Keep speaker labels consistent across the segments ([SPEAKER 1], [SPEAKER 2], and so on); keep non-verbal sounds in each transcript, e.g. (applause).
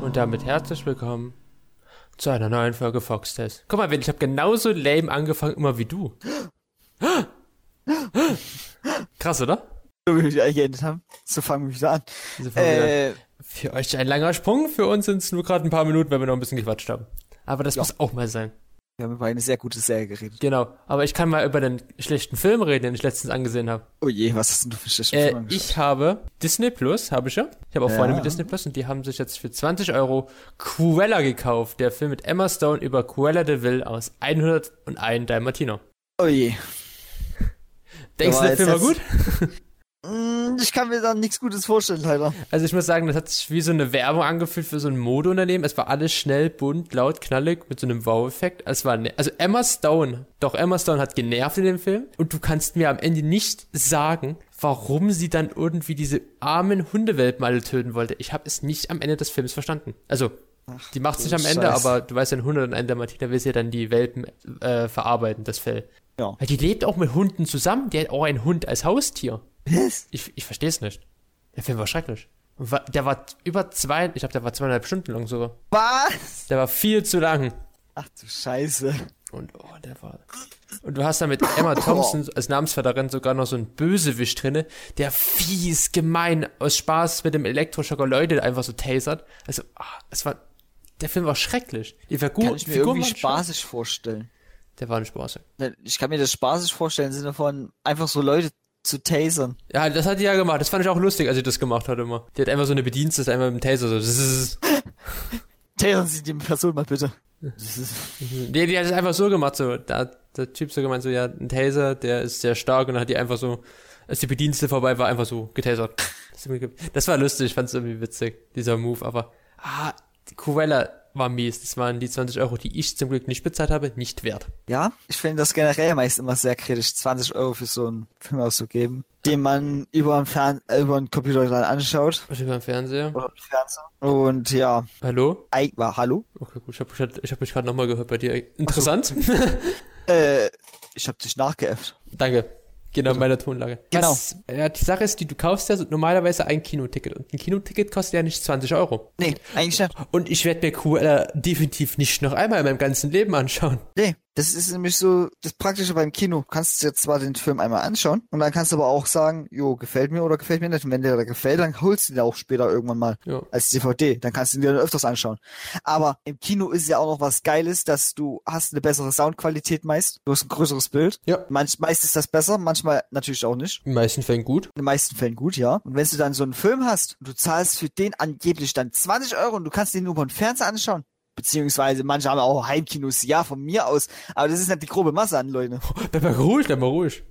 [SPEAKER 1] Und damit herzlich willkommen zu einer neuen Folge Fox Test. Guck mal, wenn ich habe genauso lame angefangen immer wie du. Krass, oder?
[SPEAKER 2] (laughs) So wie wir mich eigentlich haben, so fangen wir wieder an.
[SPEAKER 1] Diese Folge
[SPEAKER 2] Äh,
[SPEAKER 1] Für euch ein langer Sprung, für uns sind es nur gerade ein paar Minuten, weil wir noch ein bisschen gequatscht haben. Aber das muss auch mal sein.
[SPEAKER 2] wir haben über eine sehr gute Serie geredet.
[SPEAKER 1] Genau. Aber ich kann mal über den schlechten Film reden, den ich letztens angesehen habe.
[SPEAKER 2] Oh je, was hast denn du für schlechte
[SPEAKER 1] Äh,
[SPEAKER 2] Filme angeschaut?
[SPEAKER 1] ich habe Disney Plus, habe ich ja. Ich habe auch Freunde
[SPEAKER 2] Ja.
[SPEAKER 1] mit Disney Plus und die haben sich jetzt für 20 Euro Cruella gekauft. Der Film mit Emma Stone über Cruella de Vil aus 101 Dalmatiner.
[SPEAKER 2] Oh je.
[SPEAKER 1] Denkst du,
[SPEAKER 2] Aber
[SPEAKER 1] der Film war
[SPEAKER 2] jetzt
[SPEAKER 1] gut?
[SPEAKER 2] Mm, Ich kann mir da nichts Gutes vorstellen, leider.
[SPEAKER 1] Also ich muss sagen, das hat sich wie so eine Werbung angefühlt für so ein Modeunternehmen. Es war alles schnell, bunt, laut, knallig mit so einem Wow-Effekt. Es war ne also Emma Stone, doch Emma Stone hat genervt in dem Film und du kannst mir am Ende nicht sagen, warum sie dann irgendwie diese armen Hundewelpen alle töten wollte. Ich habe es nicht am Ende des Films verstanden. Also die macht es
[SPEAKER 2] du
[SPEAKER 1] nicht am Ende,
[SPEAKER 2] Scheiße.
[SPEAKER 1] aber du weißt ja, ein Hund und ein Dalmatiner will ja dann die Welpen äh, verarbeiten, das Fell.
[SPEAKER 2] Ja.
[SPEAKER 1] Weil die lebt auch mit Hunden zusammen. Die hat auch einen Hund als Haustier.
[SPEAKER 2] Was?
[SPEAKER 1] Ich, ich verstehe es nicht. Der Film war schrecklich. Und wa- Der war über zwei, ich glaube, der war zweieinhalb Stunden lang sogar.
[SPEAKER 2] Was?
[SPEAKER 1] Der war viel zu lang.
[SPEAKER 2] Ach du Scheiße.
[SPEAKER 1] Und oh, der war. Und du hast da mit
[SPEAKER 2] (laughs)
[SPEAKER 1] Emma Thompson als Namensvetterin sogar noch so einen Bösewicht drinne, der fies, gemein, aus Spaß mit dem Elektroschocker Leute einfach so tasert. Also, ah, es war. Der Film war schrecklich. Die Figur,
[SPEAKER 2] Kann ich mir
[SPEAKER 1] Figuren
[SPEAKER 2] irgendwie
[SPEAKER 1] waren schrecklich.
[SPEAKER 2] spaßig vorstellen.
[SPEAKER 1] Der war ein Spaß.
[SPEAKER 2] Ich kann mir das spaßig vorstellen im Sinne von einfach so Leute zu tasern.
[SPEAKER 1] Ja, das hat die ja gemacht. Das fand ich auch lustig, als sie das gemacht hat immer. Die hat einfach so eine Bedienstete, einfach mit dem Taser so. zzzz.
[SPEAKER 2] Tasern Sie die Person mal bitte. Das ist,
[SPEAKER 1] Nee, die hat es einfach so gemacht, so, da hat der Typ so gemeint, so, ja, ein Taser, der ist sehr stark und dann hat die einfach so, als die Bedienste vorbei war, einfach so getasert. Das hat mir ge- Das war lustig, ich fand es irgendwie witzig, dieser Move, aber, ah, die Cruella war mies, das waren die 20 Euro, die ich zum Glück nicht bezahlt habe, nicht wert.
[SPEAKER 2] Ja, ich finde das generell meist immer sehr kritisch, 20 Euro für so einen Film auszugeben, den man über einen, Fern äh, über einen Computer dann anschaut.
[SPEAKER 1] Was ist beim Fernseher?
[SPEAKER 2] Oder einen Fernseher. Und ja,
[SPEAKER 1] Hallo?
[SPEAKER 2] eig war, hallo?
[SPEAKER 1] Okay, gut, ich habe ich hab mich gerade nochmal gehört bei dir. Interessant?
[SPEAKER 2] Äh, ich hab dich nachgeäfft.
[SPEAKER 1] (laughs) Danke. Genau, in meiner Tonlage.
[SPEAKER 2] Genau.
[SPEAKER 1] Was, ja, die Sache ist, die du kaufst ja so- normalerweise ein Kinoticket und ein Kinoticket kostet ja nicht 20 Euro.
[SPEAKER 2] Nee, eigentlich nicht.
[SPEAKER 1] Und ich werde mir Cruella definitiv nicht noch einmal in meinem ganzen Leben anschauen.
[SPEAKER 2] Nee, das ist nämlich so das Praktische beim Kino. Du kannst jetzt zwar den Film einmal anschauen und dann kannst du aber auch sagen, jo, gefällt mir oder gefällt mir nicht. Und wenn dir der gefällt, dann holst du ihn auch später irgendwann mal.
[SPEAKER 1] Ja.
[SPEAKER 2] als DVD. Dann kannst du ihn dir dann öfters anschauen. Aber im Kino ist ja auch noch was Geiles, dass du hast eine bessere Soundqualität meist. Du hast ein größeres Bild.
[SPEAKER 1] Ja.
[SPEAKER 2] Manch, meist ist das besser, manchmal natürlich auch nicht.
[SPEAKER 1] In meisten Fällen gut.
[SPEAKER 2] In den meisten Fällen gut, ja. Und wenn du dann so einen Film hast und du zahlst für den angeblich dann 20 Euro und du kannst den nur über den Fernseher anschauen. Beziehungsweise manche haben auch Heimkinos, ja, von mir aus. Aber das ist nicht die grobe Masse an Leuten.
[SPEAKER 1] Bleib mal ruhig, bleib mal ruhig.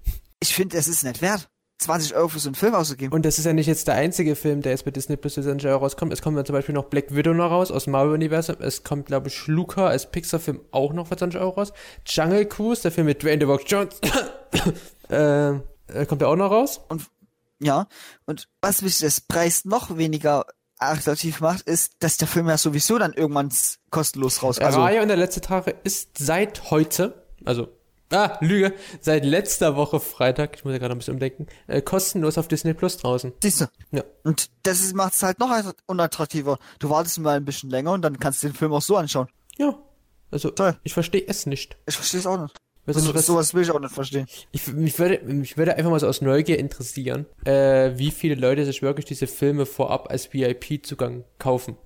[SPEAKER 2] Ich finde, es ist nicht wert, 20 Euro für so einen Film auszugeben.
[SPEAKER 1] Und das ist ja nicht jetzt der einzige Film, der jetzt bei Disney Plus Essential rauskommt. Es kommt ja zum Beispiel noch Black Widow noch raus aus dem Marvel-Universum. Es kommt, glaube ich, Luca als Pixar-Film auch noch für 20 Euro raus. Jungle Cruise, der Film mit Dwayne The Rock Jones, (coughs) äh, äh, kommt ja auch noch raus.
[SPEAKER 2] Ja, und was mich das Preis noch weniger attraktiv macht, ist, dass der Film ja sowieso dann irgendwann s- kostenlos raus. Also,
[SPEAKER 1] Raya und der letzte Tage ist seit heute, also, ah, Lüge, seit letzter Woche Freitag, ich muss ja gerade ein bisschen umdenken, äh, kostenlos auf Disney Plus draußen.
[SPEAKER 2] siehst du.
[SPEAKER 1] Ja.
[SPEAKER 2] Und das macht es halt noch attra- unattraktiver. Du wartest mal ein bisschen länger und dann kannst du den Film auch so anschauen.
[SPEAKER 1] Ja. Also,
[SPEAKER 2] Toll.
[SPEAKER 1] ich verstehe es nicht.
[SPEAKER 2] Ich verstehe es auch nicht.
[SPEAKER 1] Weißt du
[SPEAKER 2] So,
[SPEAKER 1] nicht, was-
[SPEAKER 2] sowas will ich auch nicht verstehen.
[SPEAKER 1] Ich, mich, würde, mich würde einfach mal so aus Neugier interessieren, äh, wie viele Leute sich wirklich diese Filme vorab als VIP-Zugang kaufen.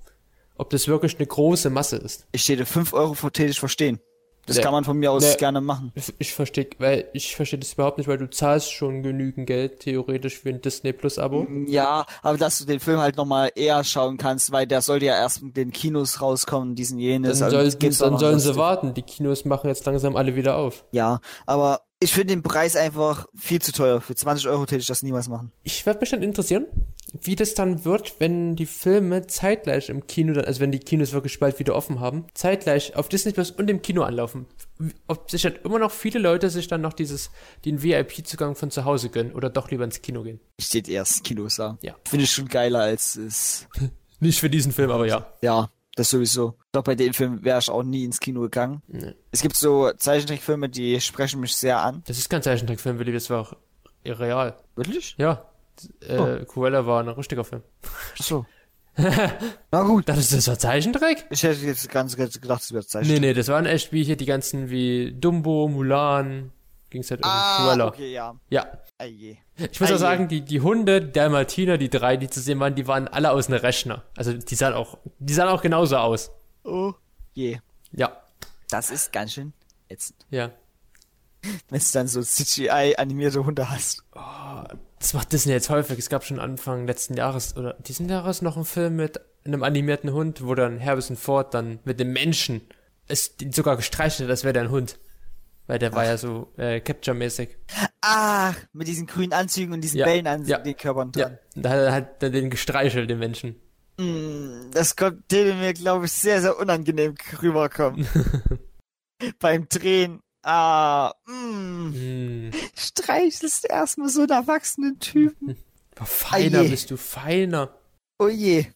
[SPEAKER 1] Ob das wirklich eine große Masse ist.
[SPEAKER 2] Ich stehe 5 Euro vor tätig verstehen. Das
[SPEAKER 1] Nee.
[SPEAKER 2] kann man von mir aus
[SPEAKER 1] Nee.
[SPEAKER 2] gerne machen.
[SPEAKER 1] Ich- Ich verstehe, weil ich verstehe das überhaupt nicht, weil du zahlst schon genügend Geld, theoretisch, für ein Disney
[SPEAKER 2] Mhm.
[SPEAKER 1] Plus-Abo.
[SPEAKER 2] Ja, aber dass du den Film halt nochmal eher schauen kannst, weil der sollte ja erst mit den Kinos rauskommen, diesen jenes.
[SPEAKER 1] Dann,
[SPEAKER 2] also
[SPEAKER 1] soll,
[SPEAKER 2] gibt's auch
[SPEAKER 1] dann
[SPEAKER 2] noch
[SPEAKER 1] sollen sie
[SPEAKER 2] lustig.
[SPEAKER 1] warten. Die Kinos machen jetzt langsam alle wieder auf.
[SPEAKER 2] Ja, aber ich finde den Preis einfach viel zu teuer. Für 20 Euro täte ich das niemals machen.
[SPEAKER 1] Ich werde mich dann interessieren, wie das dann wird, wenn die Filme zeitgleich im Kino, dann, also wenn die Kinos wirklich bald wieder offen haben, zeitgleich auf Disney Plus und im Kino anlaufen. Ob sich halt immer noch viele Leute sich dann noch dieses, den VIP-Zugang von zu Hause gönnen oder doch lieber ins Kino gehen.
[SPEAKER 2] Ich steht erst Kinos da.
[SPEAKER 1] Ja.
[SPEAKER 2] Finde ich schon geiler als es.
[SPEAKER 1] Nicht für diesen Film, aber ja.
[SPEAKER 2] Ja, das sowieso. Ich glaube, bei dem Film wäre ich auch nie ins Kino gegangen.
[SPEAKER 1] Nee.
[SPEAKER 2] Es gibt so Zeichentrickfilme, die sprechen mich sehr an.
[SPEAKER 1] Das ist kein Zeichentrickfilm, Willi, das war auch real.
[SPEAKER 2] Wirklich?
[SPEAKER 1] Oh. Ja. Äh, Cruella war ein richtiger Film.
[SPEAKER 2] (laughs) Ach so. Na gut.
[SPEAKER 1] Dachtest du, das war Zeichentrick?
[SPEAKER 2] Ich hätte jetzt ganz, ganz gedacht, es wäre Zeichen.
[SPEAKER 1] Nee, nee, das waren echt wie hier die ganzen wie Dumbo, Mulan, ging's halt um Cruella.
[SPEAKER 2] Ah, okay, ja.
[SPEAKER 1] Ja.
[SPEAKER 2] Ei je.
[SPEAKER 1] Ich muss auch
[SPEAKER 2] Ei.
[SPEAKER 1] sagen, die, die Hunde, die Dalmatiner, die drei, die zu sehen waren, die waren alle aus einem Rechner. Also die sahen auch, die sahen auch genauso aus.
[SPEAKER 2] Oh. Je.
[SPEAKER 1] Ja.
[SPEAKER 2] Das ist ganz schön ätzend.
[SPEAKER 1] Ja.
[SPEAKER 2] Wenn du dann so CGI-animierte Hunde hast.
[SPEAKER 1] Oh, Das macht Disney jetzt häufig. Es gab schon Anfang letzten Jahres oder diesen Jahres noch einen Film mit einem animierten Hund, wo dann Harrison Ford dann mit dem Menschen es ihn sogar gestreichelt hat, als wäre der ein Hund. Weil der war ja so äh, Capture-mäßig.
[SPEAKER 2] Ach, mit diesen grünen Anzügen und diesen
[SPEAKER 1] Ja.
[SPEAKER 2] Bällen an
[SPEAKER 1] Ja.
[SPEAKER 2] den Körpern
[SPEAKER 1] Ja.
[SPEAKER 2] dran.
[SPEAKER 1] Und Da hat er halt dann den gestreichelt, den Menschen. (laughs)
[SPEAKER 2] Mm, Das kommt dem mir, glaube ich, sehr, sehr unangenehm
[SPEAKER 1] (laughs)
[SPEAKER 2] rüberkommen. Beim Drehen. Ah, mm,
[SPEAKER 1] Hm.
[SPEAKER 2] streichelst erstmal so einen erwachsenen Typen.
[SPEAKER 1] Oh, feiner
[SPEAKER 2] je.
[SPEAKER 1] bist du, feiner.
[SPEAKER 2] Oh je.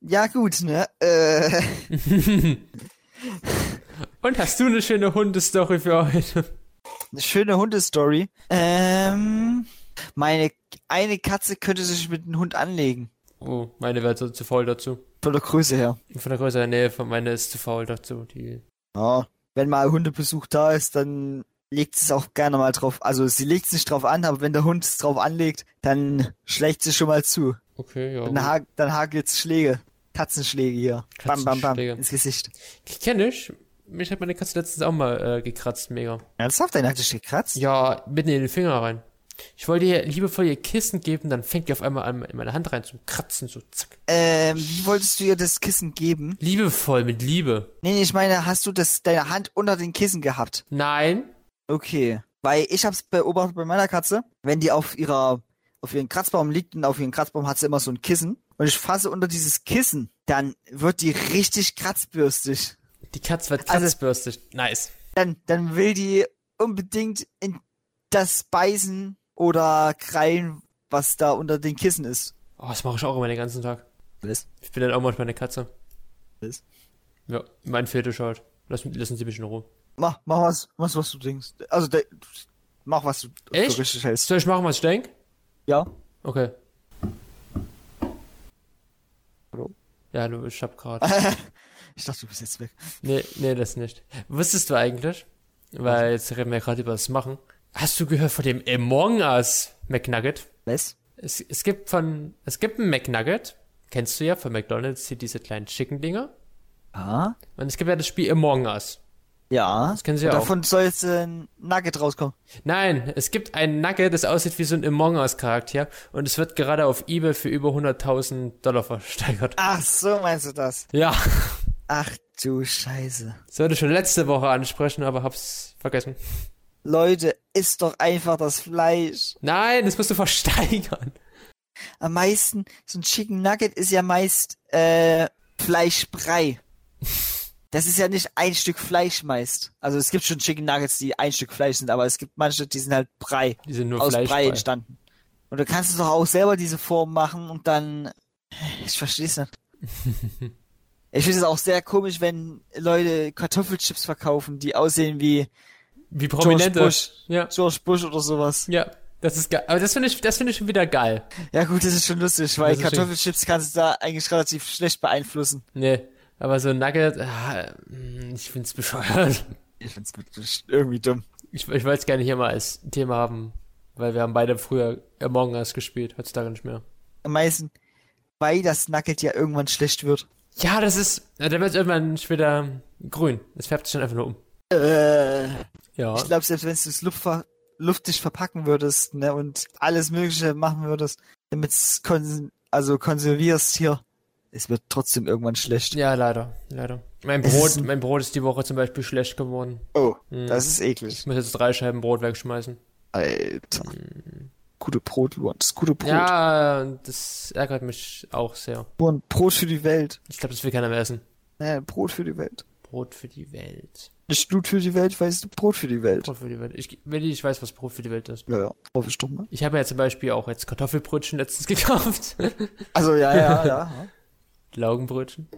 [SPEAKER 2] Ja, gut, ne? Äh,
[SPEAKER 1] (laughs) Und hast du eine schöne Hundestory für heute?
[SPEAKER 2] eine schöne Hundestory. Ähm, meine eine Katze könnte sich mit einem Hund anlegen.
[SPEAKER 1] Oh, meine wäre zu, zu faul dazu.
[SPEAKER 2] Von der Größe her.
[SPEAKER 1] Von der Größe her, nee, von meiner ist zu faul dazu. Die,
[SPEAKER 2] Ja. Wenn mal Hundebesuch da ist, dann legt es auch gerne mal drauf. Also sie legt es nicht drauf an, aber wenn der Hund es drauf anlegt, dann schlägt sie schon mal zu.
[SPEAKER 1] okay, ja.
[SPEAKER 2] Dann,
[SPEAKER 1] gut.
[SPEAKER 2] ha dann hagelt's Schläge. Katzenschläge hier. Bam, bam, bam.
[SPEAKER 1] Katzenschläge.
[SPEAKER 2] Ins Gesicht.
[SPEAKER 1] Kenn ich. Mich hat meine Katze letztens auch mal äh, gekratzt, mega.
[SPEAKER 2] Ernsthaft? Dein hat dich gekratzt?
[SPEAKER 1] Ja, mitten in den Finger rein. Ich wollte ihr liebevoll ihr Kissen geben, dann fängt die auf einmal an, in meine Hand rein zum Kratzen, so zack.
[SPEAKER 2] Ähm, wie wolltest du ihr das Kissen geben?
[SPEAKER 1] Liebevoll, mit Liebe.
[SPEAKER 2] Nee, nee, ich meine, hast du das, deine Hand unter den Kissen gehabt?
[SPEAKER 1] Nein.
[SPEAKER 2] Okay. Weil ich hab's beobachtet bei meiner Katze, wenn die auf ihrer, auf ihren Kratzbaum liegt und auf ihren Kratzbaum hat sie immer so ein Kissen und ich fasse unter dieses Kissen, dann wird die richtig kratzbürstig.
[SPEAKER 1] Die Katze wird
[SPEAKER 2] Also-
[SPEAKER 1] kratzbürstig. nice.
[SPEAKER 2] Dann, dann will die unbedingt in das beißen oder krallen, was da unter den Kissen ist.
[SPEAKER 1] Oh, das mache ich auch immer den ganzen Tag.
[SPEAKER 2] Was?
[SPEAKER 1] Ich bin dann auch manchmal eine Katze.
[SPEAKER 2] Was?
[SPEAKER 1] Ja, mein Fetisch halt. Lass, lassen Sie mich in Ruhe.
[SPEAKER 2] Mach, mach was, mach was du denkst. Also, de mach was du
[SPEAKER 1] Echt?
[SPEAKER 2] für richtig hältst.
[SPEAKER 1] Soll ich machen, was ich denk?
[SPEAKER 2] Ja.
[SPEAKER 1] Okay.
[SPEAKER 2] Hallo?
[SPEAKER 1] Ja, hallo, ich hab gerade.
[SPEAKER 2] Ich dachte, du bist jetzt weg.
[SPEAKER 1] (laughs) Nee, nee, das nicht. Wusstest du eigentlich? Weil jetzt reden wir gerade über das Machen. Hast du gehört von dem Among Us McNugget?
[SPEAKER 2] Was?
[SPEAKER 1] Es, es gibt von, es gibt ein McNugget. Kennst du ja von McDonalds hier diese kleinen Chicken-Dinger.
[SPEAKER 2] Ah?
[SPEAKER 1] Und es gibt ja das Spiel Among Us.
[SPEAKER 2] Ja.
[SPEAKER 1] Das kennen Sie ja auch.
[SPEAKER 2] Davon soll jetzt ein Nugget rauskommen.
[SPEAKER 1] Nein, es gibt ein Nugget, das aussieht wie so ein Among Us-Charakter. Und es wird gerade auf Ebay für über 100.000 Dollar versteigert. (laughs)
[SPEAKER 2] Ach, so meinst du das?
[SPEAKER 1] Ja,
[SPEAKER 2] Ach du Scheiße.
[SPEAKER 1] das wollte ich schon letzte Woche ansprechen, aber hab's vergessen.
[SPEAKER 2] Leute, isst doch einfach das Fleisch.
[SPEAKER 1] Nein, das musst du versteigern.
[SPEAKER 2] Am meisten, so ein Chicken Nugget ist ja meist äh, Fleischbrei. Das ist ja nicht ein Stück Fleisch meist. Also es gibt schon Chicken Nuggets, die ein Stück Fleisch sind, aber es gibt manche, die sind halt Brei.
[SPEAKER 1] Die sind nur
[SPEAKER 2] aus
[SPEAKER 1] Fleisch.
[SPEAKER 2] Brei entstanden. Und du kannst es doch auch selber diese Form machen und dann. Ich verstehe es nicht. ich finde es auch sehr komisch, wenn Leute Kartoffelchips verkaufen, die aussehen wie
[SPEAKER 1] Wie
[SPEAKER 2] George
[SPEAKER 1] prominente.
[SPEAKER 2] Bush,
[SPEAKER 1] Ja,
[SPEAKER 2] George Bush oder sowas.
[SPEAKER 1] ja. Das ist geil. Aber das finde ich, das finde ich schon wieder geil.
[SPEAKER 2] Ja gut, das ist schon lustig, weil
[SPEAKER 1] Das ist schon-
[SPEAKER 2] Kartoffelchips kannst du da eigentlich relativ schlecht beeinflussen.
[SPEAKER 1] Nee. Aber so ein Nugget, ah, mm, ich find's bescheuert.
[SPEAKER 2] Ich find's wirklich irgendwie dumm.
[SPEAKER 1] Ich, ich wollte es gerne hier mal als Thema haben, weil wir haben beide früher Among Us gespielt, heutzutage nicht mehr.
[SPEAKER 2] Am meisten, weil das Nugget ja irgendwann schlecht wird.
[SPEAKER 1] Ja, das ist, ja, dann wird irgendwann später grün. Es färbt sich dann einfach nur um.
[SPEAKER 2] Äh.
[SPEAKER 1] Ja.
[SPEAKER 2] Ich glaube, selbst wenn du es luftver luftig verpacken würdest ne, und alles Mögliche machen würdest, damit es kons also konservierst hier, es wird trotzdem irgendwann schlecht.
[SPEAKER 1] Ja, leider, leider. Mein
[SPEAKER 2] Es
[SPEAKER 1] Brot,
[SPEAKER 2] ist-
[SPEAKER 1] mein Brot ist die Woche zum Beispiel schlecht geworden.
[SPEAKER 2] Oh,
[SPEAKER 1] Hm.
[SPEAKER 2] das ist eklig.
[SPEAKER 1] Ich muss jetzt drei Scheiben Brot wegschmeißen.
[SPEAKER 2] Alter. Gute Brot, Luan. Das gute Brot.
[SPEAKER 1] Mhm. Ja, das ärgert mich auch sehr.
[SPEAKER 2] Luan, Brot für die Welt.
[SPEAKER 1] Ich glaube, das will keiner mehr essen.
[SPEAKER 2] Ne, Brot für die Welt.
[SPEAKER 1] Brot für die Welt.
[SPEAKER 2] Nicht Blut für die Welt, weißt du, Brot für die Welt.
[SPEAKER 1] Brot für die Welt. Ich, Willi, ich weiß, was Brot für die Welt ist.
[SPEAKER 2] Ja, ja, hoffe ich doch mal.
[SPEAKER 1] Ich habe ja zum Beispiel auch jetzt Kartoffelbrötchen letztens (laughs) gekauft.
[SPEAKER 2] Also, ja, ja, (laughs) ja.
[SPEAKER 1] Laugenbrötchen.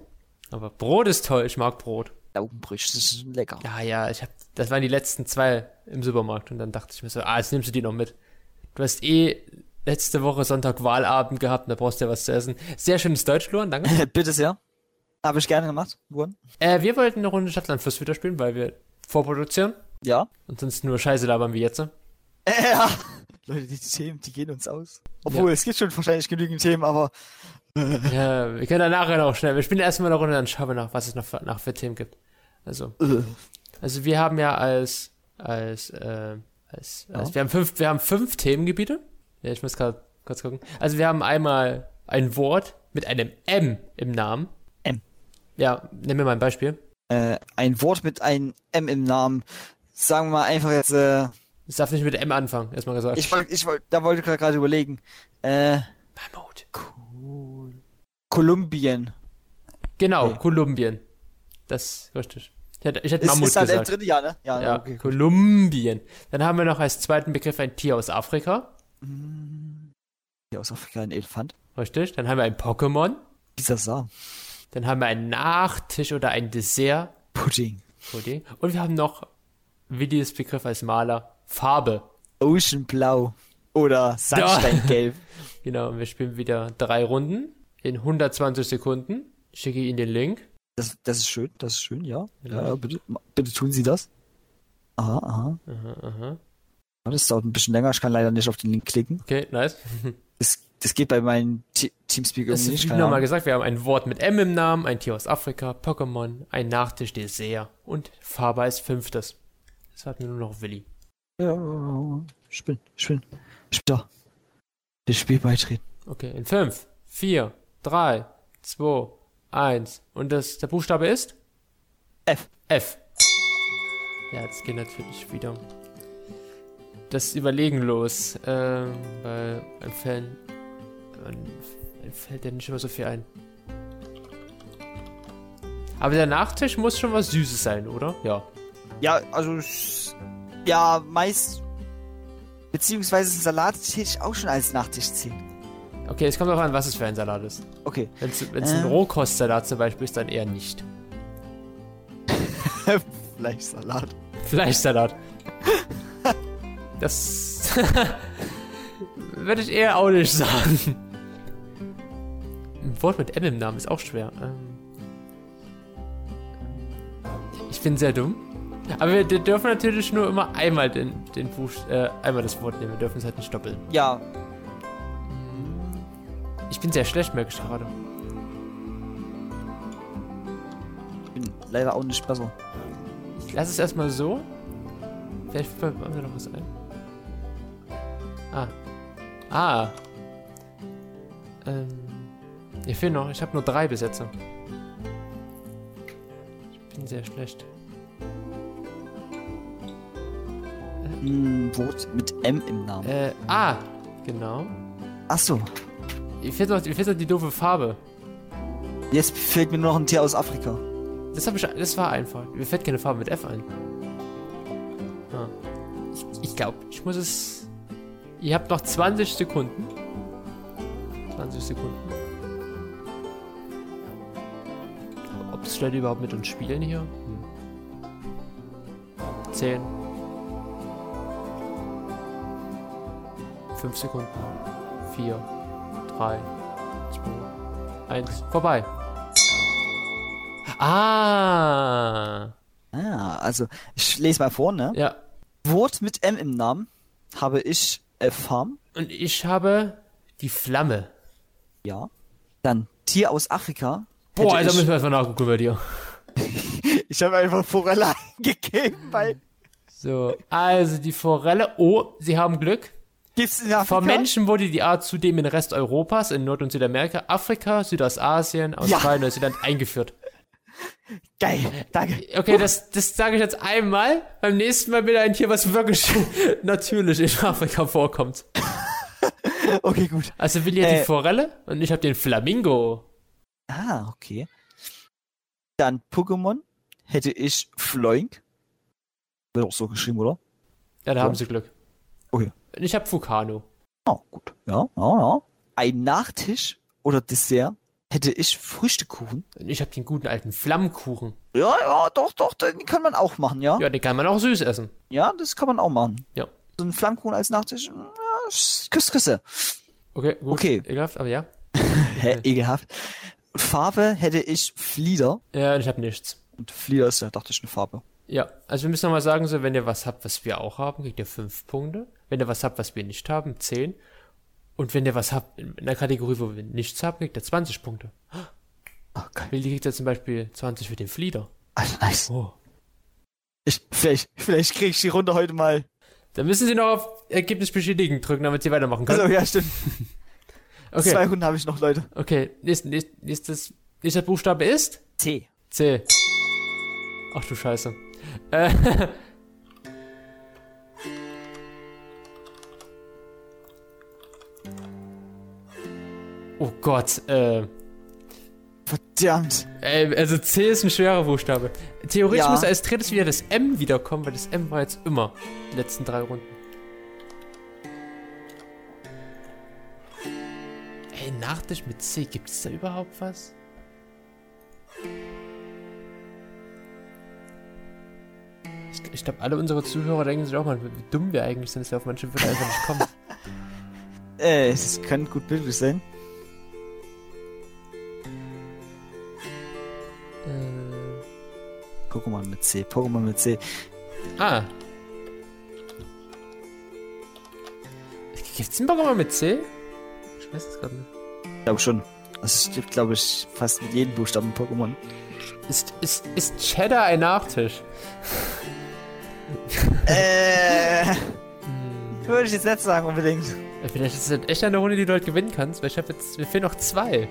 [SPEAKER 1] Aber Brot ist toll, ich mag Brot.
[SPEAKER 2] Laugenbrötchen das ist lecker.
[SPEAKER 1] Ja, ja, ich hab, ah, das waren die letzten zwei im Supermarkt und dann dachte ich mir so, ah, jetzt nimmst du die noch mit. Du hast eh letzte Woche Sonntag Wahlabend gehabt und da brauchst du ja was zu essen. Sehr schönes Deutsch, Luan, danke.
[SPEAKER 2] (laughs) Bitte sehr. Habe ich gerne gemacht, Luan.
[SPEAKER 1] Äh, wir wollten eine Runde Stadtlandfluss wieder spielen, weil wir vorproduzieren
[SPEAKER 2] Ja. (laughs)
[SPEAKER 1] und sonst nur Scheiße labern wie jetzt.
[SPEAKER 2] Äh, ja. Leute, die Themen, die gehen uns aus. Obwohl, es gibt schon wahrscheinlich genügend Themen, aber
[SPEAKER 1] Ja, wir können dann nachher noch schnell. Wir spielen erstmal eine Runde, dann schauen wir nach, was es noch für, nach für Themen gibt. Also,
[SPEAKER 2] äh,
[SPEAKER 1] also wir haben ja als, als, äh, als, als wir haben fünf, wir haben fünf Themengebiete. Ja, ich muss gerade kurz gucken. Also wir haben einmal ein Wort mit einem M im Namen.
[SPEAKER 2] M.
[SPEAKER 1] Ja, nimm mir mal ein Beispiel.
[SPEAKER 2] äh, ein Wort mit einem M im Namen. Sagen wir mal einfach jetzt, äh,
[SPEAKER 1] Es darf nicht mit M anfangen, erstmal gesagt.
[SPEAKER 2] ich wollte, ich wollt, da wollte ich gerade überlegen. Äh,
[SPEAKER 1] Mammut.
[SPEAKER 2] Kolumbien.
[SPEAKER 1] Genau,
[SPEAKER 2] Nee.
[SPEAKER 1] Kolumbien. Das ist richtig. Ich hätte, ich hätte
[SPEAKER 2] Ist,
[SPEAKER 1] Mammut
[SPEAKER 2] ist halt im
[SPEAKER 1] gesagt.
[SPEAKER 2] dritten Jahr, ne? Ja,
[SPEAKER 1] ja,
[SPEAKER 2] okay. gut.
[SPEAKER 1] Kolumbien. Dann haben wir noch als zweiten Begriff ein Tier aus Afrika.
[SPEAKER 2] Mm. Hier aus Afrika ein Elefant.
[SPEAKER 1] Richtig. Dann haben wir ein Pokémon.
[SPEAKER 2] Dieser Samen.
[SPEAKER 1] Dann haben wir einen Nachtisch oder ein Dessert.
[SPEAKER 2] Pudding.
[SPEAKER 1] Pudding. Und wir haben noch Willis Begriff als Maler. Farbe.
[SPEAKER 2] Ocean Blau. Oder (laughs) Sandsteingelb.
[SPEAKER 1] Genau, und wir spielen wieder drei Runden in 120 Sekunden. Ich Schicke Ihnen den Link.
[SPEAKER 2] Das, das ist schön, das ist schön, ja.
[SPEAKER 1] Ja.
[SPEAKER 2] Ja, ja bitte, ma- bitte tun Sie das. Aha, aha.
[SPEAKER 1] Aha, aha.
[SPEAKER 2] Ja, Das dauert ein bisschen länger. Ich kann leider nicht auf den Link klicken.
[SPEAKER 1] Okay,
[SPEAKER 2] (laughs)
[SPEAKER 1] nice.
[SPEAKER 2] Das, das geht bei meinen Te- Teamspeak
[SPEAKER 1] Das
[SPEAKER 2] irgendwie
[SPEAKER 1] ist
[SPEAKER 2] nicht.
[SPEAKER 1] wie
[SPEAKER 2] keine
[SPEAKER 1] nochmal
[SPEAKER 2] Ahnung.
[SPEAKER 1] gesagt, wir haben ein Wort mit M im Namen, ein Tier aus Afrika, Pokémon, ein Nachtisch, Dessert und Farbe als fünftes. Das hat mir nur noch Willi.
[SPEAKER 2] Ja, ja, ja. ich bin, ich bin, ich bin da. Das Spiel beitreten.
[SPEAKER 1] Okay, in fünf, vier, drei, zwei, eins. Und das, der Buchstabe ist?
[SPEAKER 2] F.
[SPEAKER 1] F. Ja, jetzt geht natürlich wieder das Überlegen los. Ähm, weil ein Fan. Man, einem fällt ja nicht immer so viel ein. Aber der Nachtisch muss schon was Süßes sein, oder? Ja.
[SPEAKER 2] Ja, also, ich- ja, meist, beziehungsweise ein Salat hätte ich auch schon als Nachtisch ziehen.
[SPEAKER 1] Okay, es kommt darauf an, was es für ein Salat ist.
[SPEAKER 2] Okay. (laughs)
[SPEAKER 1] Wenn es ein
[SPEAKER 2] Ähm.
[SPEAKER 1] Rohkostsalat zum Beispiel ist, dann eher nicht.
[SPEAKER 2] Fleischsalat.
[SPEAKER 1] Fleischsalat. Das (laughs) würde ich eher auch nicht sagen. Ein Wort mit M im Namen ist auch schwer. Ähm, Ich bin sehr dumm. Aber wir d- dürfen natürlich nur immer einmal den, den Buch, äh, einmal das Wort nehmen. Wir dürfen es halt nicht doppeln.
[SPEAKER 2] Ja,
[SPEAKER 1] Ich bin sehr schlecht, merke ich gerade.
[SPEAKER 2] ich bin leider auch nicht besser.
[SPEAKER 1] Ich lasse es erstmal so. Vielleicht fällt mir noch was ein. Ah. Ah. Ähm. Mir fehlen noch. Ich habe nur drei bis jetzt. Ich bin sehr schlecht.
[SPEAKER 2] Hm, Wort mit M im Namen.
[SPEAKER 1] Äh, ah. Genau.
[SPEAKER 2] Ach so.
[SPEAKER 1] Mir fehlt noch, mir fehlt noch die doofe Farbe.
[SPEAKER 2] Jetzt fehlt mir nur noch ein Tier aus Afrika.
[SPEAKER 1] Das, hab ich, das war einfach. Mir fällt keine Farbe mit F ein. Ah. Ich, ich glaube, ich muss es. Ihr habt noch 20 Sekunden. 20 Sekunden. Ob es Leute überhaupt mit uns spielen hier? Hm. 10. 5 Sekunden. 4, 3, 2, 1. Vorbei. Ah.
[SPEAKER 2] Ah, also ich lese mal vor, ne?
[SPEAKER 1] Ja,
[SPEAKER 2] Wort mit M im Namen habe ich äh, Farm,
[SPEAKER 1] Und ich habe die Flamme.
[SPEAKER 2] ja. Dann Tier aus Afrika.
[SPEAKER 1] Boah, also
[SPEAKER 2] hätte
[SPEAKER 1] Alter, müssen wir erstmal nachgucken bei dir.
[SPEAKER 2] ich, ich habe einfach Forelle (laughs) gegeben, weil
[SPEAKER 1] So, also die Forelle. Oh, sie haben Glück.
[SPEAKER 2] gibt's in Afrika?
[SPEAKER 1] Vom Menschen wurde die Art zudem in Rest Europas, in Nord- und Südamerika, Afrika, Südostasien,
[SPEAKER 2] Ja.
[SPEAKER 1] Australien, Neuseeland eingeführt.
[SPEAKER 2] Geil, danke.
[SPEAKER 1] Okay, das, das sage ich jetzt einmal. Beim nächsten Mal wieder ein Tier, was wirklich (laughs) natürlich in Afrika vorkommt.
[SPEAKER 2] Okay, gut.
[SPEAKER 1] Also Willi hat
[SPEAKER 2] Äh.
[SPEAKER 1] die Forelle und ich habe den Flamingo.
[SPEAKER 2] Ah, okay. Dann Pokémon hätte ich Floink. Wird auch so geschrieben, oder?
[SPEAKER 1] Ja, Oh da
[SPEAKER 2] Ja.
[SPEAKER 1] haben sie Glück.
[SPEAKER 2] Okay.
[SPEAKER 1] Und ich habe Fukano.
[SPEAKER 2] Oh, gut. Ja, ja, ja. Ein Nachtisch oder Dessert hätte ich Früchtekuchen.
[SPEAKER 1] Und ich habe den guten alten Flammkuchen.
[SPEAKER 2] Ja, ja, doch, doch, den kann man
[SPEAKER 1] Ah.
[SPEAKER 2] auch machen, ja.
[SPEAKER 1] Ja, den kann man auch süß essen.
[SPEAKER 2] Ja, das kann man auch machen.
[SPEAKER 1] Ja.
[SPEAKER 2] So ein Flammkuchen als Nachtisch, mm, ja, Küss, (laughs) Küsse.
[SPEAKER 1] Okay, gut.
[SPEAKER 2] Okay.
[SPEAKER 1] Ekelhaft, aber ja.
[SPEAKER 2] Hä, ekelhaft. Farbe hätte ich Flieder.
[SPEAKER 1] Ja, ich habe nichts.
[SPEAKER 2] Und Flieder ist ja, dachte ich, eine Farbe.
[SPEAKER 1] Ja, also wir müssen nochmal sagen, so, wenn ihr was habt, was wir auch haben, kriegt ihr fünf Punkte. Wenn ihr was habt, was wir nicht haben, zehn. Und wenn ihr was habt, in einer Kategorie, wo wir nichts haben, kriegt ihr 20 Punkte.
[SPEAKER 2] Ah, geil.
[SPEAKER 1] Willi kriegt ja zum Beispiel 20 für den Flieder.
[SPEAKER 2] Also nice.
[SPEAKER 1] Oh.
[SPEAKER 2] Ich, vielleicht, vielleicht kriege ich die Runde heute mal.
[SPEAKER 1] Dann müssen sie noch auf Ergebnis bestätigen drücken, damit sie weitermachen
[SPEAKER 2] Also,
[SPEAKER 1] können.
[SPEAKER 2] ja, stimmt.
[SPEAKER 1] Okay,
[SPEAKER 2] Zwei Runden habe ich noch, Leute.
[SPEAKER 1] okay. Nächst, nächst, nächstes, nächster Buchstabe ist
[SPEAKER 2] T.
[SPEAKER 1] C. Ach du Scheiße. Äh, (laughs) oh Gott, äh,
[SPEAKER 2] Verdammt.
[SPEAKER 1] Ey, also C ist ein schwerer Buchstabe. Theoretisch
[SPEAKER 2] Ja.
[SPEAKER 1] muss als drittes wieder das M wiederkommen, weil das M war jetzt immer in den letzten drei Runden. Ey, Nachtisch mit C, gibt es da überhaupt was? Ich, ich glaube, alle unsere Zuhörer denken sich auch mal, wie dumm wir eigentlich sind, dass wir auf manche Wörter einfach nicht kommen.
[SPEAKER 2] Äh, es kann gut bildlich sein.
[SPEAKER 1] äh,
[SPEAKER 2] Pokémon mit C, Pokémon mit C.
[SPEAKER 1] ah. Gibt's einen Pokémon mit C? Ich weiß es gerade nicht.
[SPEAKER 2] Ich glaube schon. Also es gibt, glaube ich, fast mit jedem Buchstaben Pokémon.
[SPEAKER 1] Ist, ist, ist Cheddar ein Nachtisch?
[SPEAKER 2] äh, würde ich jetzt nicht sagen unbedingt.
[SPEAKER 1] Vielleicht ist das echt eine Runde, die du halt gewinnen kannst, weil ich hab jetzt, mir fehlen noch zwei.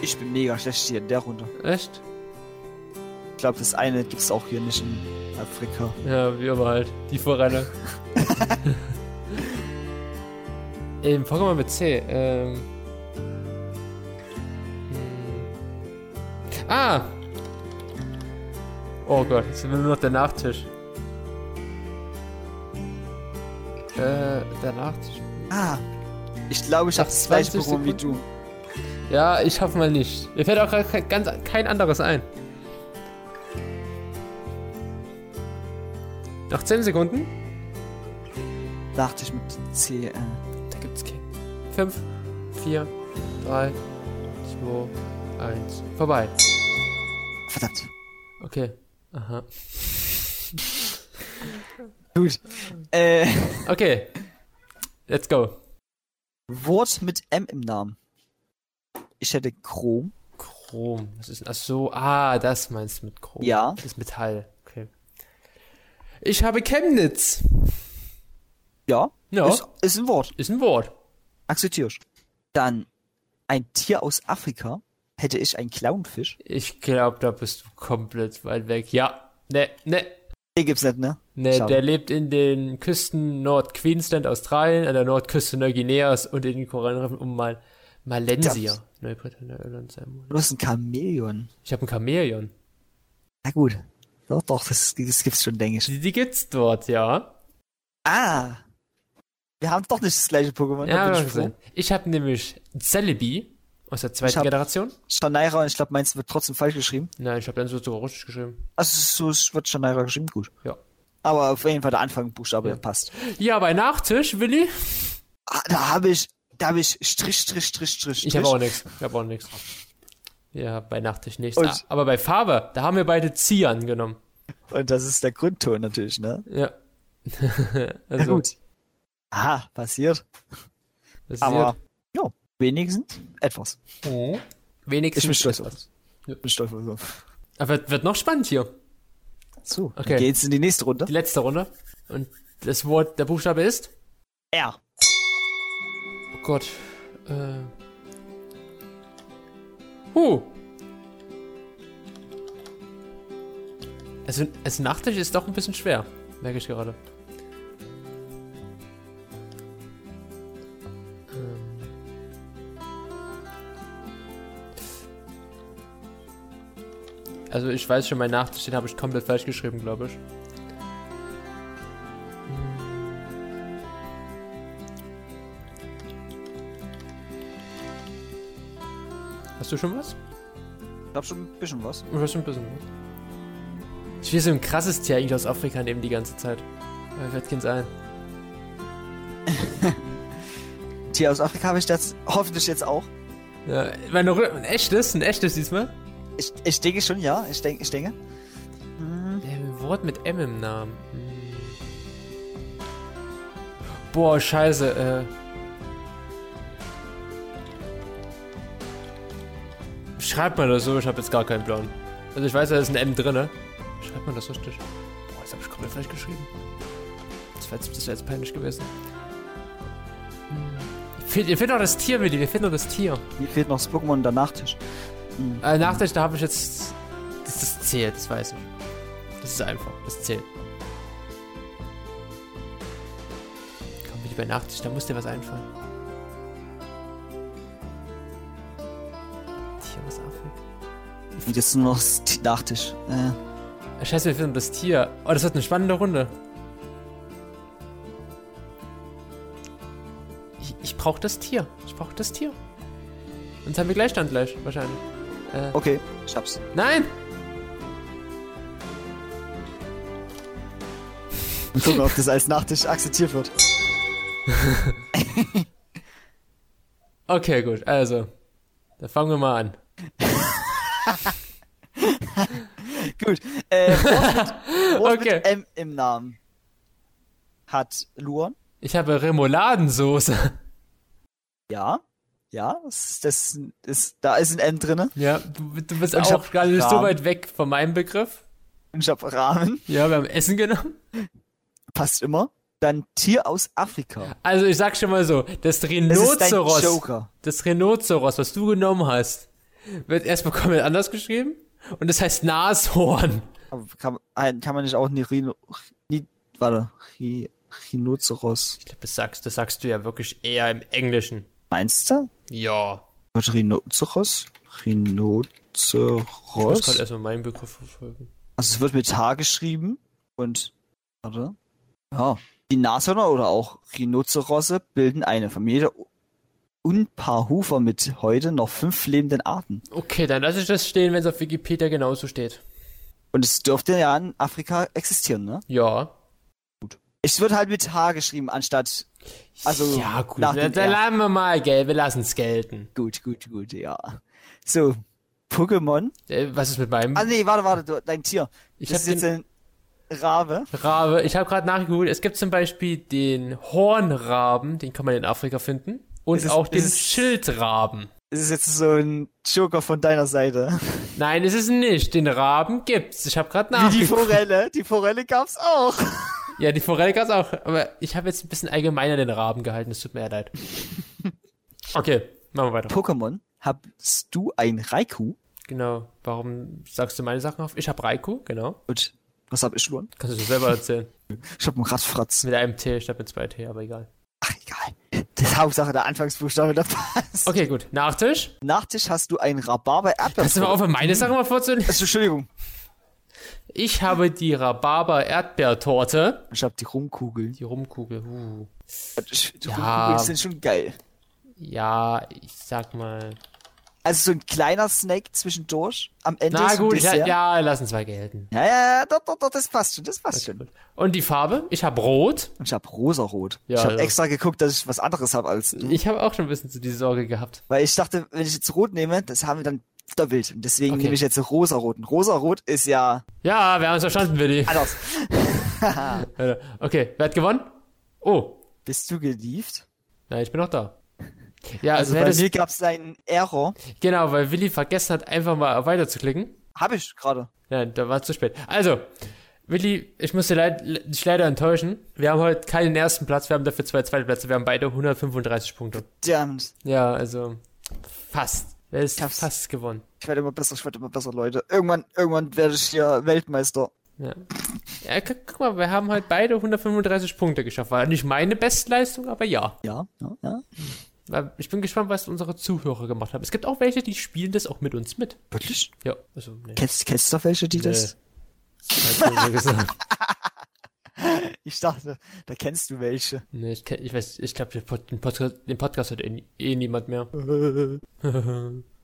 [SPEAKER 2] Ich bin mega schlecht hier in der Runde.
[SPEAKER 1] Echt?
[SPEAKER 2] Ich glaube, das eine gibt's auch hier nicht in Afrika.
[SPEAKER 1] Ja, wie immer halt. Die Vorreiter. Eben, fangen wir mal mit C. Ähm. Hm. Ah! Oh Gott, jetzt sind wir nur noch der Nachtisch. Äh, der Nachtisch.
[SPEAKER 2] Ah, ich glaube, ich
[SPEAKER 1] Nach
[SPEAKER 2] habe das gleiche
[SPEAKER 1] 20
[SPEAKER 2] Pokémon wie du.
[SPEAKER 1] Ja, ich hoffe mal nicht. Mir fällt auch grad kein, ganz, kein anderes ein. Noch 10 Sekunden.
[SPEAKER 2] Dachte ich mit C. Äh.
[SPEAKER 1] Da gibt's keinen. 5, 4, 3, 2, 1. Vorbei.
[SPEAKER 2] Verdammt.
[SPEAKER 1] Okay. Aha.
[SPEAKER 2] Gut. Äh,
[SPEAKER 1] Okay. Let's go.
[SPEAKER 2] Wort mit M im Namen. Ich hätte Chrom.
[SPEAKER 1] Chrom. Was ist denn? Ach so. Ah, das meinst du mit Chrom.
[SPEAKER 2] Ja.
[SPEAKER 1] Das ist Metall. Okay. Ich habe Chemnitz.
[SPEAKER 2] Ja.
[SPEAKER 1] Ja.
[SPEAKER 2] Ist, ist ein Wort.
[SPEAKER 1] Ist ein Wort.
[SPEAKER 2] Akzeptiere ich. Dann ein Tier aus Afrika. Hätte ich einen Clownfisch.
[SPEAKER 1] Ich glaube, da bist du komplett weit weg. Ja. Ne, ne.
[SPEAKER 2] Den gibt's nicht, ne?
[SPEAKER 1] Ne,
[SPEAKER 2] Schade.
[SPEAKER 1] der lebt in den Küsten Nord-Queensland, Australien, an der Nordküste Neuguineas und in den Korallenriffen um Mal Malensia.
[SPEAKER 2] Das-
[SPEAKER 1] Neubritannia, Irland, Samoa.
[SPEAKER 2] Du hast ein Chamäleon.
[SPEAKER 1] Ich habe ein Chamäleon.
[SPEAKER 2] Na gut. Doch, doch, das, das gibt's schon, denke ich.
[SPEAKER 1] Die, die gibt's dort, ja.
[SPEAKER 2] Ah! Wir haben doch nicht das gleiche Pokémon.
[SPEAKER 1] ja
[SPEAKER 2] da
[SPEAKER 1] hab
[SPEAKER 2] bin
[SPEAKER 1] ich
[SPEAKER 2] ich froh.
[SPEAKER 1] gesehen. ich habe nämlich Celebi aus der
[SPEAKER 2] Ich
[SPEAKER 1] zweiten
[SPEAKER 2] hab-
[SPEAKER 1] Generation.
[SPEAKER 2] Shanaira und ich glaube, meins wird trotzdem falsch geschrieben.
[SPEAKER 1] Nein, ich habe dann so sogar richtig geschrieben.
[SPEAKER 2] Also so es wird Shanaira geschrieben, gut.
[SPEAKER 1] Ja.
[SPEAKER 2] Aber auf jeden Fall der Anfangbuchstabe
[SPEAKER 1] Ja.
[SPEAKER 2] der passt.
[SPEAKER 1] Ja, bei Nachtisch, Willi.
[SPEAKER 2] Ah, da habe ich, da habe ich Strich, Strich, Strich, Strich.
[SPEAKER 1] Ich habe auch nichts. Ich habe auch nichts. Ja, bei Nachtisch nichts.
[SPEAKER 2] Und-
[SPEAKER 1] Ah, aber bei Farbe, da haben wir beide Zian genommen.
[SPEAKER 2] Und das ist der Grundton natürlich, ne?
[SPEAKER 1] Ja. (laughs)
[SPEAKER 2] Ja,
[SPEAKER 1] also,
[SPEAKER 2] gut. Aha, passiert.
[SPEAKER 1] das ist
[SPEAKER 2] Aber ja, wenigstens etwas.
[SPEAKER 1] Mhm. Wenigstens
[SPEAKER 2] Ich bin stolz
[SPEAKER 1] etwas.
[SPEAKER 2] auf Ich bin stolz auf uns.
[SPEAKER 1] Aber wird, wird noch spannend hier.
[SPEAKER 2] So, dann
[SPEAKER 1] Okay.
[SPEAKER 2] geht's in die nächste Runde.
[SPEAKER 1] Die letzte Runde. Und das Wort, der Buchstabe ist?
[SPEAKER 2] R.
[SPEAKER 1] Oh Gott. Äh. Huh. Also, also Nachtisch ist doch ein bisschen schwer, merke ich gerade. Ähm. Also ich weiß schon, mein Nachtisch, den habe ich komplett falsch geschrieben, glaube ich. Hast du schon was?
[SPEAKER 2] Ich hab schon ein bisschen was.
[SPEAKER 1] Ich weiß schon ein bisschen. was. Ich will so ein krasses Tier eigentlich aus Afrika nehmen die ganze Zeit. Aber mir fällt keins ein.
[SPEAKER 2] Tier aus Afrika habe ich das hoffentlich jetzt auch.
[SPEAKER 1] Ja, wenn du ein echtes, ein echtes diesmal.
[SPEAKER 2] Ich, ich denke schon, ja. Ich, denk, ich denke.
[SPEAKER 1] Ein Wort mit M im Namen. Hm. Boah, scheiße, äh. äh. Schreibt man das so? Ich habe jetzt gar keinen Plan. Also ich weiß, da ist ein M drin, ne? Schreibt man das so richtig? Boah, jetzt habe ich komplett falsch geschrieben. Das wäre jetzt, das wär jetzt peinlich gewesen. Hm. Fehlt, mir fehlt noch das Tier, Willi. Mir fehlt noch das Tier.
[SPEAKER 2] Mir fehlt noch das Pokémon und der Nachtisch.
[SPEAKER 1] Äh, Nachtisch, da habe ich jetzt. Das, das zählt, das weiß ich. Das ist einfach, das zählt. Komm, Willi, bei Nachtisch, da muss dir was einfallen. Tier aus Afrika.
[SPEAKER 2] Und jetzt nur noch das T- Nachtisch. Äh,
[SPEAKER 1] Äh, Scheiße, wir finden das Tier. Oh, das wird eine spannende Runde. Ich, ich brauche das Tier. Ich brauche das Tier. Sonst haben wir Gleichstand gleich, wahrscheinlich.
[SPEAKER 2] okay, ich hab's.
[SPEAKER 1] Nein!
[SPEAKER 2] Und gucken, ob das als Nachtisch akzeptiert wird.
[SPEAKER 1] Okay, gut, also. Dann fangen wir mal an.
[SPEAKER 2] Gut. Äh, Wort mit, Wort (laughs)
[SPEAKER 1] Okay.
[SPEAKER 2] mit M im Namen hat Luan.
[SPEAKER 1] Ich habe Remouladensoße.
[SPEAKER 2] Ja. Ja, das, das ist, da ist ein M drinne.
[SPEAKER 1] (laughs) Ja, du, du bist
[SPEAKER 2] Und ich
[SPEAKER 1] auch
[SPEAKER 2] hab
[SPEAKER 1] gar nicht so
[SPEAKER 2] Rahmen.
[SPEAKER 1] weit weg von meinem Begriff.
[SPEAKER 2] Und ich hab Rahmen.
[SPEAKER 1] Ja, wir haben Essen genommen.
[SPEAKER 2] Passt immer. Dann Tier aus Afrika.
[SPEAKER 1] Also ich sag schon mal so, das
[SPEAKER 2] Das ist dein
[SPEAKER 1] Rhinoceros.
[SPEAKER 2] Joker.
[SPEAKER 1] Das Rhinoceros, was du genommen hast, wird erstmal komplett anders geschrieben und das heißt Nashorn.
[SPEAKER 2] Aber kann, ein- kann man nicht auch eine Rhino... Rhi- Warte. Rhi- Rhinoceros.
[SPEAKER 1] Ich glaube, das sagst, das sagst du ja wirklich eher im Englischen.
[SPEAKER 2] Meinst du?
[SPEAKER 1] Ja.
[SPEAKER 2] Warte, Rhinoceros?
[SPEAKER 1] Ich muss gerade
[SPEAKER 2] Rhinoceros?
[SPEAKER 1] erstmal meinen Begriff verfolgen.
[SPEAKER 2] Also es wird mit H geschrieben und warte. Ja. Die Nashörner oder auch Rhinozerosse bilden eine Familie und paar Hufer mit heute noch fünf lebenden Arten.
[SPEAKER 1] Okay, dann lasse ich das stehen, wenn es auf Wikipedia genauso steht.
[SPEAKER 2] Und es dürfte ja in Afrika existieren, ne?
[SPEAKER 1] Ja.
[SPEAKER 2] Es wird halt mit H geschrieben, anstatt. Also,
[SPEAKER 1] ja, gut.
[SPEAKER 2] nach
[SPEAKER 1] Dann
[SPEAKER 2] dem
[SPEAKER 1] dann
[SPEAKER 2] R.
[SPEAKER 1] lassen wir mal, gell, wir lassen es gelten.
[SPEAKER 2] Gut, gut, gut, ja. So, Pokémon.
[SPEAKER 1] Äh, was ist mit meinem?
[SPEAKER 2] Ah, nee, warte, warte, du, dein Tier.
[SPEAKER 1] ich habe
[SPEAKER 2] das ist jetzt
[SPEAKER 1] den
[SPEAKER 2] ein Rabe.
[SPEAKER 1] Rabe, ich habe gerade nachgeguckt, es gibt zum Beispiel den Hornraben, den kann man in Afrika finden. Und
[SPEAKER 2] Es ist-
[SPEAKER 1] auch
[SPEAKER 2] es
[SPEAKER 1] den
[SPEAKER 2] ist-
[SPEAKER 1] Schildraben.
[SPEAKER 2] Es ist jetzt so ein Joker von deiner Seite.
[SPEAKER 1] Nein, ist es nicht. Den Raben gibt's. Ich habe gerade
[SPEAKER 2] Wie die
[SPEAKER 1] nachgeguckt.
[SPEAKER 2] Forelle. Die Forelle gab's auch.
[SPEAKER 1] ja, die Forelle gab's auch. Aber ich habe jetzt ein bisschen allgemeiner den Raben gehalten. Es tut mir ja leid.
[SPEAKER 2] (laughs)
[SPEAKER 1] Okay, machen wir weiter.
[SPEAKER 2] Pokémon, hast du ein Raikou?
[SPEAKER 1] Genau. Warum sagst du meine Sachen auf? Ich habe Raikou, genau.
[SPEAKER 2] Und was hab ich schon?
[SPEAKER 1] Kannst du dir selber erzählen.
[SPEAKER 2] (laughs) Ich hab einen Radfratz.
[SPEAKER 1] Mit einem T, ich habe mit zwei T, aber egal.
[SPEAKER 2] Ach, egal. Das Hauptsache der Anfangsbuchstabe, der passt.
[SPEAKER 1] Okay, gut. Nachtisch.
[SPEAKER 2] Nachtisch hast du ein Rhabarber Erdbeer.
[SPEAKER 1] Kannst du mal aufhören, meine Sachen mal vorzulesen?
[SPEAKER 2] Also, Entschuldigung.
[SPEAKER 1] Ich habe die Rhabarber-Erdbeertorte.
[SPEAKER 2] Ich hab die Rumkugeln.
[SPEAKER 1] Die Rumkugel. Uh.
[SPEAKER 2] Die
[SPEAKER 1] Ja.
[SPEAKER 2] Rumkugeln sind schon geil.
[SPEAKER 1] Ja, ich sag mal.
[SPEAKER 2] Also so ein kleiner Snack zwischendurch am Ende.
[SPEAKER 1] Na
[SPEAKER 2] ist ein
[SPEAKER 1] gut, ich,
[SPEAKER 2] Dessert.
[SPEAKER 1] ja, lassen zwei gelten.
[SPEAKER 2] ja, ja, ja, doch, doch, doch, das passt schon, das passt schon.
[SPEAKER 1] Gut. Und die Farbe? Ich habe Rot.
[SPEAKER 2] Und ich hab rosarot.
[SPEAKER 1] Ja,
[SPEAKER 2] ich hab
[SPEAKER 1] ja.
[SPEAKER 2] extra geguckt, dass ich was anderes hab als du.
[SPEAKER 1] Ich habe auch schon ein bisschen so die Sorge gehabt.
[SPEAKER 2] Weil ich dachte, wenn ich jetzt rot nehme, das haben wir dann doppelt. Und deswegen
[SPEAKER 1] Okay.
[SPEAKER 2] nehme ich jetzt rosaroten. Rosarot ist ja
[SPEAKER 1] Ja, wir haben es verstanden, Willi.
[SPEAKER 2] anders.
[SPEAKER 1] Äh, Okay, wer hat gewonnen? Oh,
[SPEAKER 2] Bist du gelieft?
[SPEAKER 1] nein, ich bin noch da. Ja, also
[SPEAKER 2] Also
[SPEAKER 1] wer
[SPEAKER 2] bei
[SPEAKER 1] das,
[SPEAKER 2] mir gab es einen Error.
[SPEAKER 1] genau, weil Willi vergessen hat, einfach mal weiterzuklicken.
[SPEAKER 2] Hab ich gerade.
[SPEAKER 1] Nein, da war es zu spät. Also, Willi, ich muss dir leid, le- dich leider enttäuschen. Wir haben heute keinen ersten Platz, wir haben dafür zwei zweite Plätze. Wir haben beide 135 Punkte.
[SPEAKER 2] Verdammt.
[SPEAKER 1] Ja, also fast. Wer ist
[SPEAKER 2] Ich hab's.
[SPEAKER 1] fast gewonnen?
[SPEAKER 2] Ich werde immer besser, ich werde immer besser, Leute. Irgendwann, irgendwann werde ich hier Weltmeister.
[SPEAKER 1] Ja. ja, gu- guck mal, wir haben heute beide 135 Punkte geschafft. War nicht meine Bestleistung, aber ja.
[SPEAKER 2] Ja, ja, ja.
[SPEAKER 1] Weil Ich bin gespannt, was unsere Zuhörer gemacht haben. Es gibt auch welche, die spielen das auch mit uns mit.
[SPEAKER 2] Wirklich?
[SPEAKER 1] Ja, also, nee.
[SPEAKER 2] Kennst, kennst du doch welche, die (laughs) das?
[SPEAKER 1] Halt nur so gesagt.
[SPEAKER 2] Ich dachte, da kennst du welche.
[SPEAKER 1] nee, ich, kenn, ich weiß, ich glaube, den, Pod, den, Podcast- den Podcast hat eh, nie- eh niemand
[SPEAKER 2] (laughs)
[SPEAKER 1] mehr.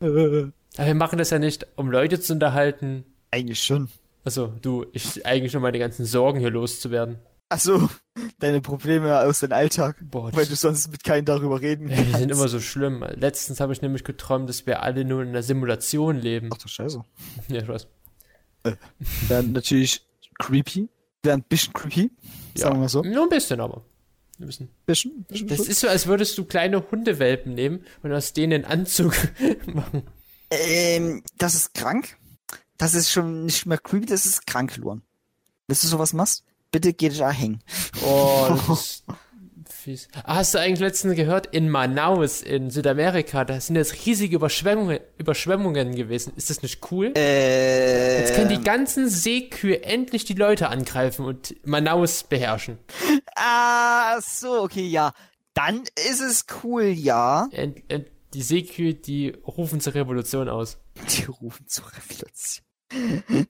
[SPEAKER 1] Aber wir machen das ja nicht, um Leute zu unterhalten.
[SPEAKER 2] Eigentlich schon.
[SPEAKER 1] Also, du, ich eigentlich um meine ganzen Sorgen hier loszuwerden.
[SPEAKER 2] Ach so, (laughs) deine Probleme aus deinem Alltag,
[SPEAKER 1] Boah,
[SPEAKER 2] weil du sonst mit keinem darüber reden
[SPEAKER 1] Ey,
[SPEAKER 2] kannst.
[SPEAKER 1] die sind immer so schlimm. Letztens habe ich nämlich geträumt, dass wir alle nur in einer Simulation leben.
[SPEAKER 2] Ach du Scheiße.
[SPEAKER 1] Ja, Spaß.
[SPEAKER 2] Wären natürlich creepy. Wären ein bisschen creepy,
[SPEAKER 1] Ja.
[SPEAKER 2] sagen wir mal so.
[SPEAKER 1] Nur ein bisschen aber. Ein bisschen.
[SPEAKER 2] Bisschen, bisschen
[SPEAKER 1] Das
[SPEAKER 2] schon.
[SPEAKER 1] ist so, als würdest du kleine Hundewelpen nehmen und aus denen einen Anzug (laughs) machen.
[SPEAKER 2] Ähm, das ist krank. Das ist schon nicht mehr creepy, das ist krank, Luan. Willst du sowas machst? Bitte geh da hängen.
[SPEAKER 1] Oh, das ist fies. Ah, Hast du eigentlich letztens gehört, in Manaus in Südamerika, da sind jetzt riesige Überschwemmungen, Überschwemmungen gewesen. Ist das nicht cool?
[SPEAKER 2] Äh,
[SPEAKER 1] Jetzt können die ganzen Seekühe endlich die Leute angreifen und Manaus beherrschen.
[SPEAKER 2] Ah, so, okay, ja. Dann ist es cool, ja.
[SPEAKER 1] End, end, die Seekühe, die rufen zur Revolution aus.
[SPEAKER 2] Die rufen zur Revolution.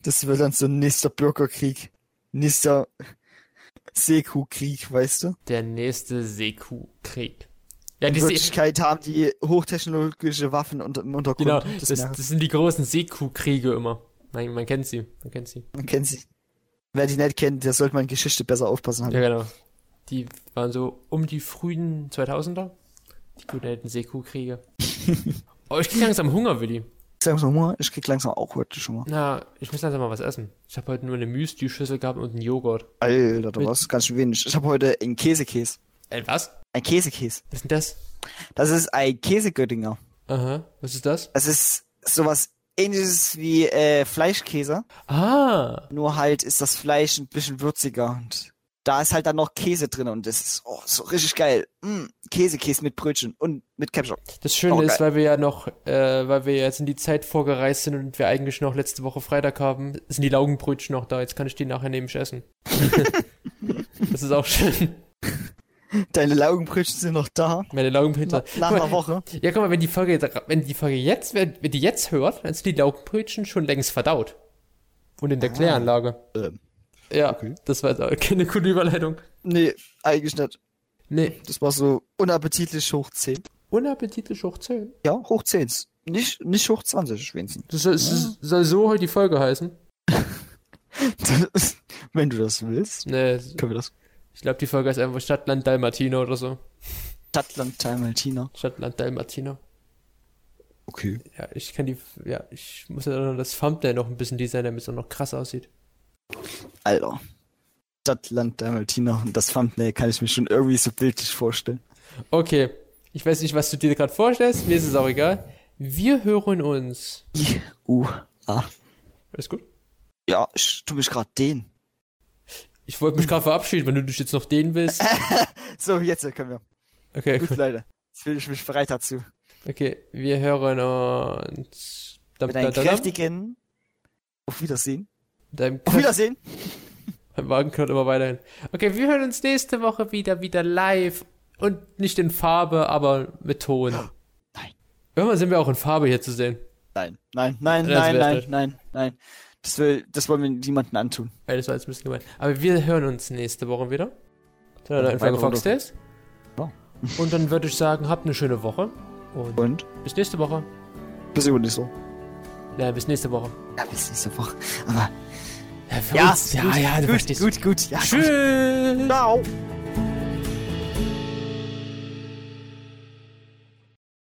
[SPEAKER 2] Das wird dann so ein nächster Bürgerkrieg. Nächster Seekuh-Krieg, weißt du?
[SPEAKER 1] Der nächste Seekuhkrieg. Ja, die
[SPEAKER 2] In
[SPEAKER 1] See
[SPEAKER 2] Wirklichkeit haben die hochtechnologische Waffen unter, im Untergrund.
[SPEAKER 1] genau,
[SPEAKER 2] des
[SPEAKER 1] das,
[SPEAKER 2] Meeres.
[SPEAKER 1] das sind die großen Seekuhkriege immer. Man, man kennt sie, man kennt sie.
[SPEAKER 2] Man kennt sie. Wer die nicht kennt, der sollte mal in Geschichte besser aufpassen haben.
[SPEAKER 1] Ja, genau. Die waren so um die frühen 2000er. Die guten alten (laughs) Seekuhkriege. oh, ich krieg langsam Hunger, Willi.
[SPEAKER 2] Ich sag mal, Hunger, ich krieg langsam auch heute schon mal.
[SPEAKER 1] Na, ich muss langsam mal was essen. Ich habe heute nur eine Müsli-Schüssel gehabt und einen Joghurt.
[SPEAKER 2] Alter, da war's ganz schön wenig. Ich habe heute einen Käsekäse.
[SPEAKER 1] Äh, was?
[SPEAKER 2] Ein Käsekäse.
[SPEAKER 1] Was ist denn das?
[SPEAKER 2] Das ist ein Käsegöttinger.
[SPEAKER 1] Aha, was ist das?
[SPEAKER 2] Das ist sowas ähnliches wie äh, Fleischkäse.
[SPEAKER 1] Ah,
[SPEAKER 2] Nur halt ist das Fleisch ein bisschen würziger. Und da ist halt dann noch Käse drin. Und das ist oh, so richtig geil. Mm, Käsekäse mit Brötchen und mit Ketchup.
[SPEAKER 1] das Schöne
[SPEAKER 2] Oh,
[SPEAKER 1] ist,
[SPEAKER 2] geil.
[SPEAKER 1] weil wir ja noch, äh, weil wir jetzt in die Zeit vorgereist sind und wir eigentlich noch letzte Woche Freitag haben, sind die Laugenbrötchen noch da. Jetzt kann ich die nachher nämlich
[SPEAKER 2] (laughs)
[SPEAKER 1] essen. das ist auch schön.
[SPEAKER 2] Deine Laugenbrötchen sind noch da.
[SPEAKER 1] Meine Laugenbrötchen.
[SPEAKER 2] Nach
[SPEAKER 1] (laughs)
[SPEAKER 2] einer Woche.
[SPEAKER 1] Ja, guck mal, wenn die Folge, jetzt- wenn die Folge jetzt, wenn, wenn die jetzt hört, dann sind die Laugenbrötchen schon längst verdaut. Und in der Kläranlage.
[SPEAKER 2] Ah. Ähm.
[SPEAKER 1] Ja,
[SPEAKER 2] Okay.
[SPEAKER 1] das war da keine gute Überleitung.
[SPEAKER 2] Nee, eigentlich nicht.
[SPEAKER 1] Nee,
[SPEAKER 2] Das war so unappetitlich hoch 10.
[SPEAKER 1] unappetitlich hoch 10.
[SPEAKER 2] Ja, hoch 10. Nicht, nicht hoch 20, wenigstens.
[SPEAKER 1] Das soll,
[SPEAKER 2] Ah.
[SPEAKER 1] das soll so heute die Folge heißen.
[SPEAKER 2] (laughs) Wenn du das willst,
[SPEAKER 1] Nee,
[SPEAKER 2] können wir das.
[SPEAKER 1] ich glaube, die Folge heißt einfach Stadtland Dalmatiner oder so.
[SPEAKER 2] Stadtland Teil Maltina.
[SPEAKER 1] Stadtland Dalmatiner.
[SPEAKER 2] Okay.
[SPEAKER 1] Ja, ich kann die, ja, ich muss ja dann das Thumbnail noch ein bisschen designen, damit es auch noch krass aussieht.
[SPEAKER 2] Alter. Stadtland Teil Maltina. Und das Thumbnail kann ich mir schon irgendwie so bildlich vorstellen.
[SPEAKER 1] Okay, ich weiß nicht, was du dir gerade vorstellst, mir ist es auch egal. Wir hören uns.
[SPEAKER 2] Uh. Ah.
[SPEAKER 1] Alles gut?
[SPEAKER 2] Ja, ich tu mich gerade den.
[SPEAKER 1] Ich wollte mich gerade verabschieden, wenn du dich jetzt noch dehnen
[SPEAKER 2] (laughs)
[SPEAKER 1] willst.
[SPEAKER 2] So, jetzt können wir.
[SPEAKER 1] Okay,
[SPEAKER 2] Gut, Leute. Jetzt fühle ich mich bereit dazu.
[SPEAKER 1] okay, wir hören uns. Dam,
[SPEAKER 2] Mit einem
[SPEAKER 1] dam, dam, dam.
[SPEAKER 2] kräftigen. Auf Wiedersehen. (laughs)
[SPEAKER 1] Dein
[SPEAKER 2] Auf Wiedersehen.
[SPEAKER 1] Mein Wagen knurrt immer weiterhin. Okay, wir hören uns nächste Woche wieder, wieder live. Und nicht in Farbe, aber mit Ton.
[SPEAKER 2] Nein.
[SPEAKER 1] Irgendwann sind wir auch in Farbe hier zu sehen.
[SPEAKER 2] Nein, nein, nein,
[SPEAKER 1] Das
[SPEAKER 2] nein,
[SPEAKER 1] wär's
[SPEAKER 2] nein,
[SPEAKER 1] nicht.
[SPEAKER 2] nein, nein. Das will, das wollen wir niemandem antun.
[SPEAKER 1] Ey, Das war jetzt ein bisschen gemein. Aber wir hören uns nächste Woche wieder. Zu einer neuen
[SPEAKER 2] Weitere
[SPEAKER 1] Folge Fox
[SPEAKER 2] Runde.
[SPEAKER 1] Days.
[SPEAKER 2] Ja.
[SPEAKER 1] Und dann würde ich sagen, habt eine schöne Woche. Und
[SPEAKER 2] Und?
[SPEAKER 1] bis nächste Woche.
[SPEAKER 2] Bis übernächst so.
[SPEAKER 1] Ja, bis nächste Woche.
[SPEAKER 2] Ja, bis nächste Woche. Aber
[SPEAKER 1] Ja, für
[SPEAKER 2] ja,
[SPEAKER 1] uns. ja,
[SPEAKER 2] gut,
[SPEAKER 1] ja, du
[SPEAKER 2] gut,
[SPEAKER 1] verstehst.
[SPEAKER 2] gut, gut, ja. gut.
[SPEAKER 1] Tschüss.
[SPEAKER 2] Ciao.